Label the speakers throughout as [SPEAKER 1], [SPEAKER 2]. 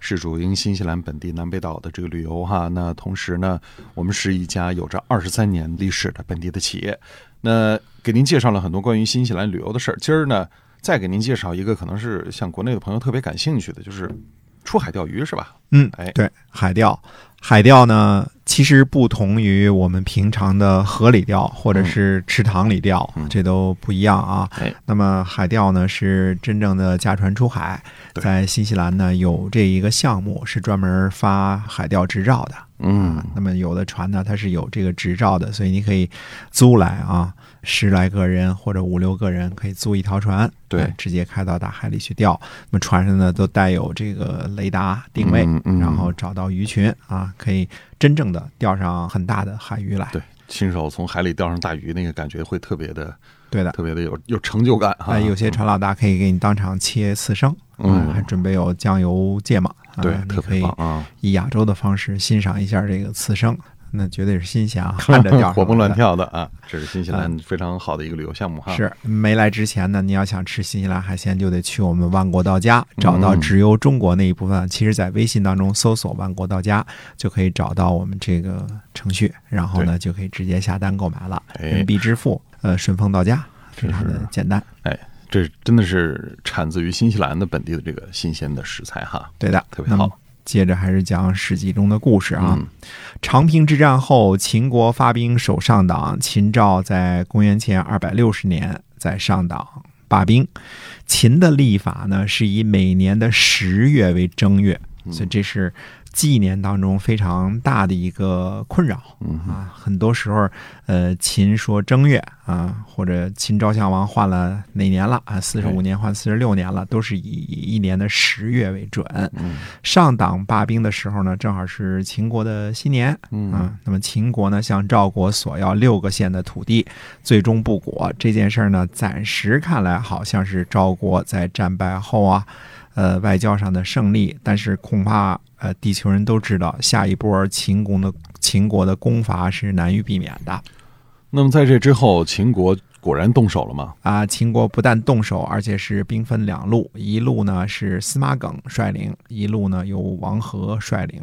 [SPEAKER 1] 是主营新西兰本地南北岛的这个旅游哈。那同时呢，我们是一家有着二十三年历史的本地的企业。那给您介绍了很多关于新西兰旅游的事儿。今儿呢，再给您介绍一个可能是像国内的朋友特别感兴趣的，就是出海钓鱼是吧？
[SPEAKER 2] 嗯，
[SPEAKER 1] 哎
[SPEAKER 2] 对，海钓，海钓呢，其实不同于我们平常的河里钓或者是池塘里钓，
[SPEAKER 1] 嗯
[SPEAKER 2] 这都不一样啊。
[SPEAKER 1] 哎
[SPEAKER 2] 那么海钓呢，是真正的驾船出海，
[SPEAKER 1] 对
[SPEAKER 2] 在新西兰呢有这一个项目是专门发海钓执照的。
[SPEAKER 1] 嗯
[SPEAKER 2] 啊那么有的船呢，它是有这个执照的，所以你可以租来啊，十来个人或者五六个人可以租一条船，
[SPEAKER 1] 对
[SPEAKER 2] 呃直接开到大海里去钓。那么船上呢都带有这个雷达定位，
[SPEAKER 1] 嗯嗯
[SPEAKER 2] 然后找到鱼群啊，可以真正的钓上很大的海鱼来。
[SPEAKER 1] 对，亲手从海里钓上大鱼，那个感觉会特别的、
[SPEAKER 2] 对的。
[SPEAKER 1] 特别的有有成就感哈。
[SPEAKER 2] 哎，有些船老大可以给你当场切刺身，
[SPEAKER 1] 嗯
[SPEAKER 2] 啊还准备有酱油芥末，啊
[SPEAKER 1] 对，
[SPEAKER 2] 你
[SPEAKER 1] 特
[SPEAKER 2] 可
[SPEAKER 1] 别
[SPEAKER 2] 以
[SPEAKER 1] 棒啊，
[SPEAKER 2] 以亚洲的方式欣赏一下这个刺身，那绝对是新鲜 啊，看着钓上
[SPEAKER 1] 活蹦
[SPEAKER 2] 来
[SPEAKER 1] 乱
[SPEAKER 2] 的
[SPEAKER 1] 跳的啊，这是新西兰非常好的一个旅游项目哈。
[SPEAKER 2] 是没来之前呢，你要想吃新西兰海鲜，就得去我们万国到家，找
[SPEAKER 1] 嗯
[SPEAKER 2] 到直邮中国那一部分。其实，在微信当中搜索“万国到家”，就可以找到我们这个程序，然后呢，就可以直接下单购买了，
[SPEAKER 1] 哎
[SPEAKER 2] 人民币支付，呃，顺丰到家，非常的简单。
[SPEAKER 1] 这真的是产自于新西兰的本地的这个新鲜的食材哈。
[SPEAKER 2] 对的，
[SPEAKER 1] 特别好
[SPEAKER 2] 那么接着还是讲《史记》中的故事啊。
[SPEAKER 1] 嗯
[SPEAKER 2] 长平之战后，秦国发兵守上党，秦赵在公元前二百六十年在上党罢兵。秦的历法呢是以每年的十月为正月，
[SPEAKER 1] 嗯
[SPEAKER 2] 所以这是纪年当中非常大的一个困扰
[SPEAKER 1] 嗯
[SPEAKER 2] 啊。很多时候，呃，秦说正月啊，或者秦昭襄王换了哪年了啊，四十五年换四十六年了，都是以以一年的十月为准。
[SPEAKER 1] 嗯
[SPEAKER 2] 上党罢兵的时候呢，正好是秦国的新年
[SPEAKER 1] 嗯
[SPEAKER 2] 啊。那么秦国呢，向赵国索要六个县的土地，最终不果。这件事儿呢，暂时看来好像是赵国在战败后啊，呃，外交上的胜利，但是恐怕呃，地球人都知道，下一波秦攻的秦国的攻伐是难于避免的。
[SPEAKER 1] 那么在这之后，秦国果然动手了吗？
[SPEAKER 2] 啊，秦国不但动手，而且是兵分两路，一路呢是司马耿率领，一路呢由王和率领。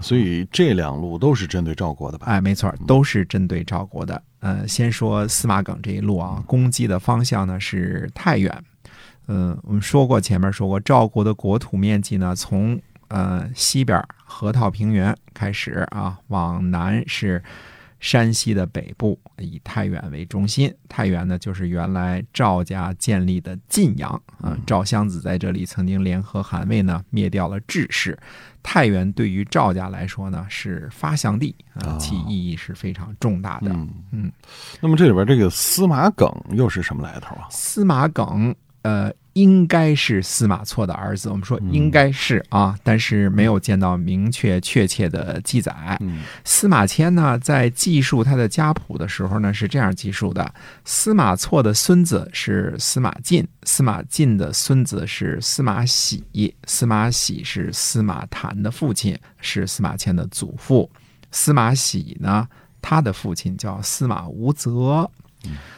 [SPEAKER 1] 所以这两路都是针对赵国的吧？
[SPEAKER 2] 哎，没错儿，都是针对赵国的。呃，先说司马耿这一路啊，攻击的方向呢是太原。嗯，我们说过，前面说过，赵国的国土面积呢，从呃西边儿河套平原开始啊，往南是山西的北部，以太原为中心。太原呢，就是原来赵家建立的晋阳啊。赵襄子在这里曾经联合韩魏呢，灭掉了智氏。太原对于赵家来说呢，是发祥地啊，
[SPEAKER 1] 哦
[SPEAKER 2] 其意义是非常重大的。
[SPEAKER 1] 嗯
[SPEAKER 2] 嗯。
[SPEAKER 1] 那么这里边这个司马耿又是什么来头啊？
[SPEAKER 2] 司马耿，呃，应该是司马错的儿子。我们说应该是啊，但是没有见到明确确切的记载。
[SPEAKER 1] 嗯
[SPEAKER 2] 司马迁呢，在记述他的家谱的时候呢，是这样记述的：司马错的孙子是司马晋，司马晋的孙子是司马喜，司马喜是司马谈的父亲，是司马迁的祖父。司马喜呢，他的父亲叫司马无责。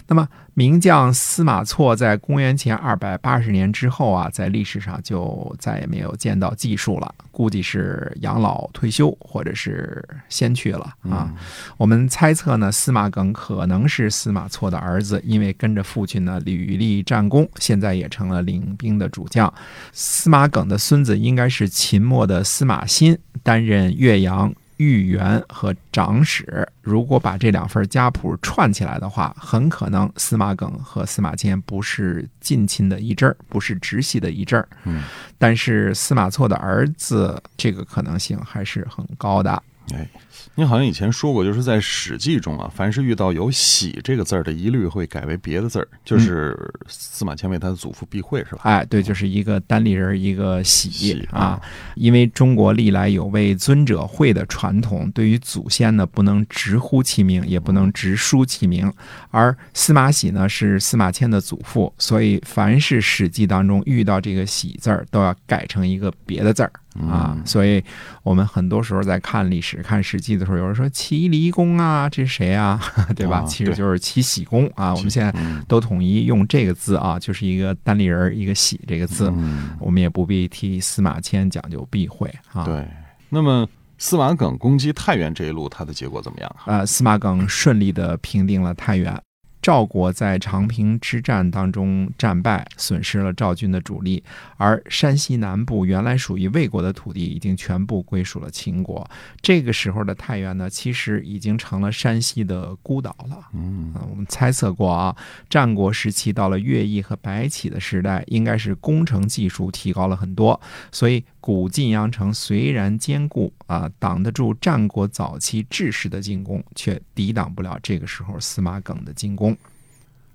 [SPEAKER 2] 那么，名将司马错在公元前二百八十年之后啊，在历史上就再也没有见到记述了，估计是养老退休或者是先去了啊。我们猜测呢，司马耿可能是司马错的儿子，因为跟着父亲呢屡立战功，现在也成了领兵的主将。司马耿的孙子应该是秦末的司马欣，担任岳阳豫园和长史。如果把这两份家谱串起来的话，很可能司马耿和司马迁不是近亲的一支儿，不是直系的一支儿。
[SPEAKER 1] 嗯，
[SPEAKER 2] 但是司马错的儿子这个可能性还是很高的。
[SPEAKER 1] 哎，您好像以前说过，就是在《史记》中啊，凡是遇到有“喜”这个字儿的，一律会改为别的字儿，就是司马迁为他的祖父避讳，是吧？
[SPEAKER 2] 哎，对，就是一个单立人儿一个喜
[SPEAKER 1] 喜
[SPEAKER 2] 啊，，因为中国历来有为尊者讳的传统，对于祖先呢不能直呼其名，也不
[SPEAKER 1] 嗯
[SPEAKER 2] 能直书其名。而司马喜呢是司马迁的祖父，所以凡是《史记》当中遇到这个“喜”字儿，都要改成一个别的字儿啊。
[SPEAKER 1] 嗯
[SPEAKER 2] 所以我们很多时候在看历史、看《史记》的时候，有人说齐黎公啊，这是谁啊？ 对吧？
[SPEAKER 1] 啊
[SPEAKER 2] 其实
[SPEAKER 1] 对
[SPEAKER 2] 就是齐喜公啊。我们现在
[SPEAKER 1] 嗯
[SPEAKER 2] 都统一用这个字啊，就是一个单立人儿一个“喜”这个字。
[SPEAKER 1] 嗯，
[SPEAKER 2] 我们也不必替司马迁讲究避讳啊。，
[SPEAKER 1] 对。那么司马耿攻击太原这一路，它的结果怎么样啊？
[SPEAKER 2] 呃，司马耿顺利的平定了太原。赵国在长平之战当中战败，损失了赵军的主力，而山西南部原来属于魏国的土地已经全部归属了秦国。这个时候的太原呢，其实已经成了山西的孤岛了。
[SPEAKER 1] 嗯
[SPEAKER 2] 啊，我们猜测过啊，战国时期到了乐毅和白起的时代，应该是工程技术提高了很多，所以古晋阳城虽然坚固啊，挡得住战国早期志士的进攻，却抵挡不了这个时候司马耿的进攻。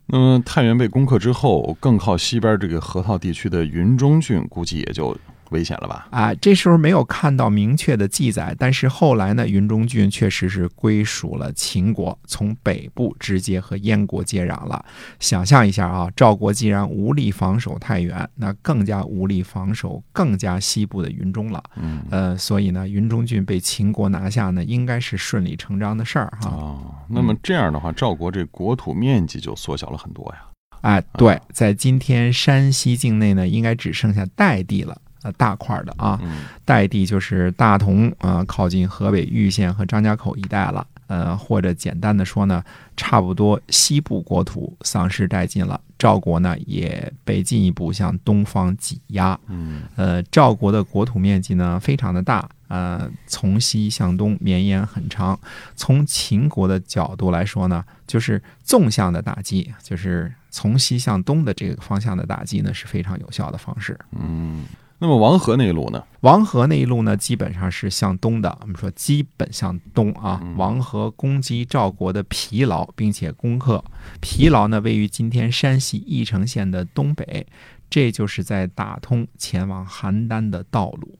[SPEAKER 1] 那么太原被攻克之后，更靠西边这个河套地区的云中郡，估计也就危险了吧？
[SPEAKER 2] 啊，这时候没有看到明确的记载，但是后来呢，云中郡确实是归属了秦国，从北部直接和燕国接壤了。想象一下啊，赵国既然无力防守太原，那更加无力防守更加西部的云中了。
[SPEAKER 1] 嗯
[SPEAKER 2] 呃，所以呢，云中郡被秦国拿下呢，应该是顺理成章的事儿哈、
[SPEAKER 1] 哦，那么这样的话，赵国这国土面积就缩小了很多呀。
[SPEAKER 2] 哎，对，在今天山西境内呢，应该只剩下代地了，呃，大块儿的啊。
[SPEAKER 1] 嗯，
[SPEAKER 2] 代地就是大同啊、呃靠近河北玉县和张家口一带了。呃，或者简单的说呢，差不多西部国土丧失殆尽了，赵国呢也被进一步向东方挤压。
[SPEAKER 1] 嗯，
[SPEAKER 2] 呃，赵国的国土面积呢非常的大，呃，从西向东绵延很长。从秦国的角度来说呢，就是纵向的打击，就是从西向东的这个方向的打击呢是非常有效的方式。
[SPEAKER 1] 嗯，那么王河那一路呢？
[SPEAKER 2] 王河那一路呢，基本上是向东的。我们说基本向东啊。王河攻击赵国的疲劳，并且攻克疲劳呢，位于今天山西翼城县的东北，这就是在打通前往邯郸的道路。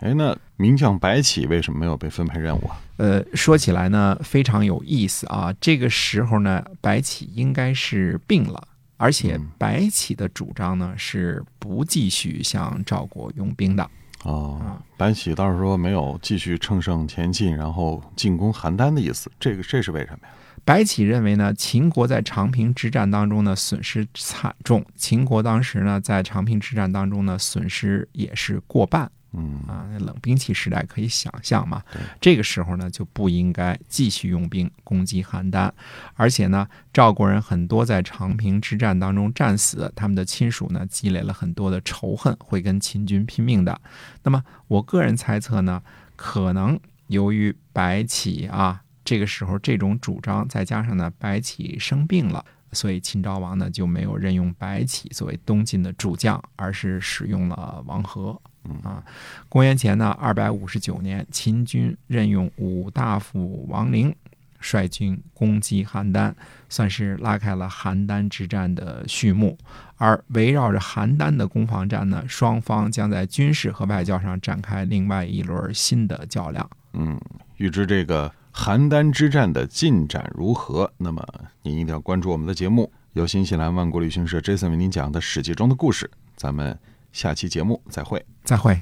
[SPEAKER 1] 哎，那名将白起为什么没有被分配任务啊？
[SPEAKER 2] 呃，说起来呢，非常有意思啊。这个时候呢，白起应该是病了，而且
[SPEAKER 1] 嗯
[SPEAKER 2] 白起的主张呢是不继续向赵国用兵的。
[SPEAKER 1] 哦，白起倒是说没有继续乘胜前进，然后进攻邯郸的意思。这个这是为什么呀？
[SPEAKER 2] 白起认为呢，秦国在长平之战当中呢损失惨重，秦国当时呢在长平之战当中呢损失也是过半
[SPEAKER 1] 嗯
[SPEAKER 2] 啊，那冷兵器时代可以想象嘛，这个时候呢就不应该继续用兵攻击邯郸，而且呢赵国人很多在长平之战当中战死，他们的亲属呢积累了很多的仇恨，会跟秦军拼命的。那么我个人猜测呢，可能由于白起啊，这个时候这种主张，再加上呢白起生病了，所以秦昭王呢就没有任用白起作为东晋的主将，而是使用了王和。啊，公元前呢二百五十九年，秦军任用武大夫王陵率军攻击邯郸，算是拉开了邯郸之战的序幕。而围绕着邯郸的攻防战呢，双方将在军事和外交上展开另外一轮新的较量。
[SPEAKER 1] 嗯，预知这个邯郸之战的进展如何，那么您一定要关注我们的节目，由新西兰万国旅行社 Jason 为您讲的《史记》中的故事。咱们下期节目再会。
[SPEAKER 2] 再会。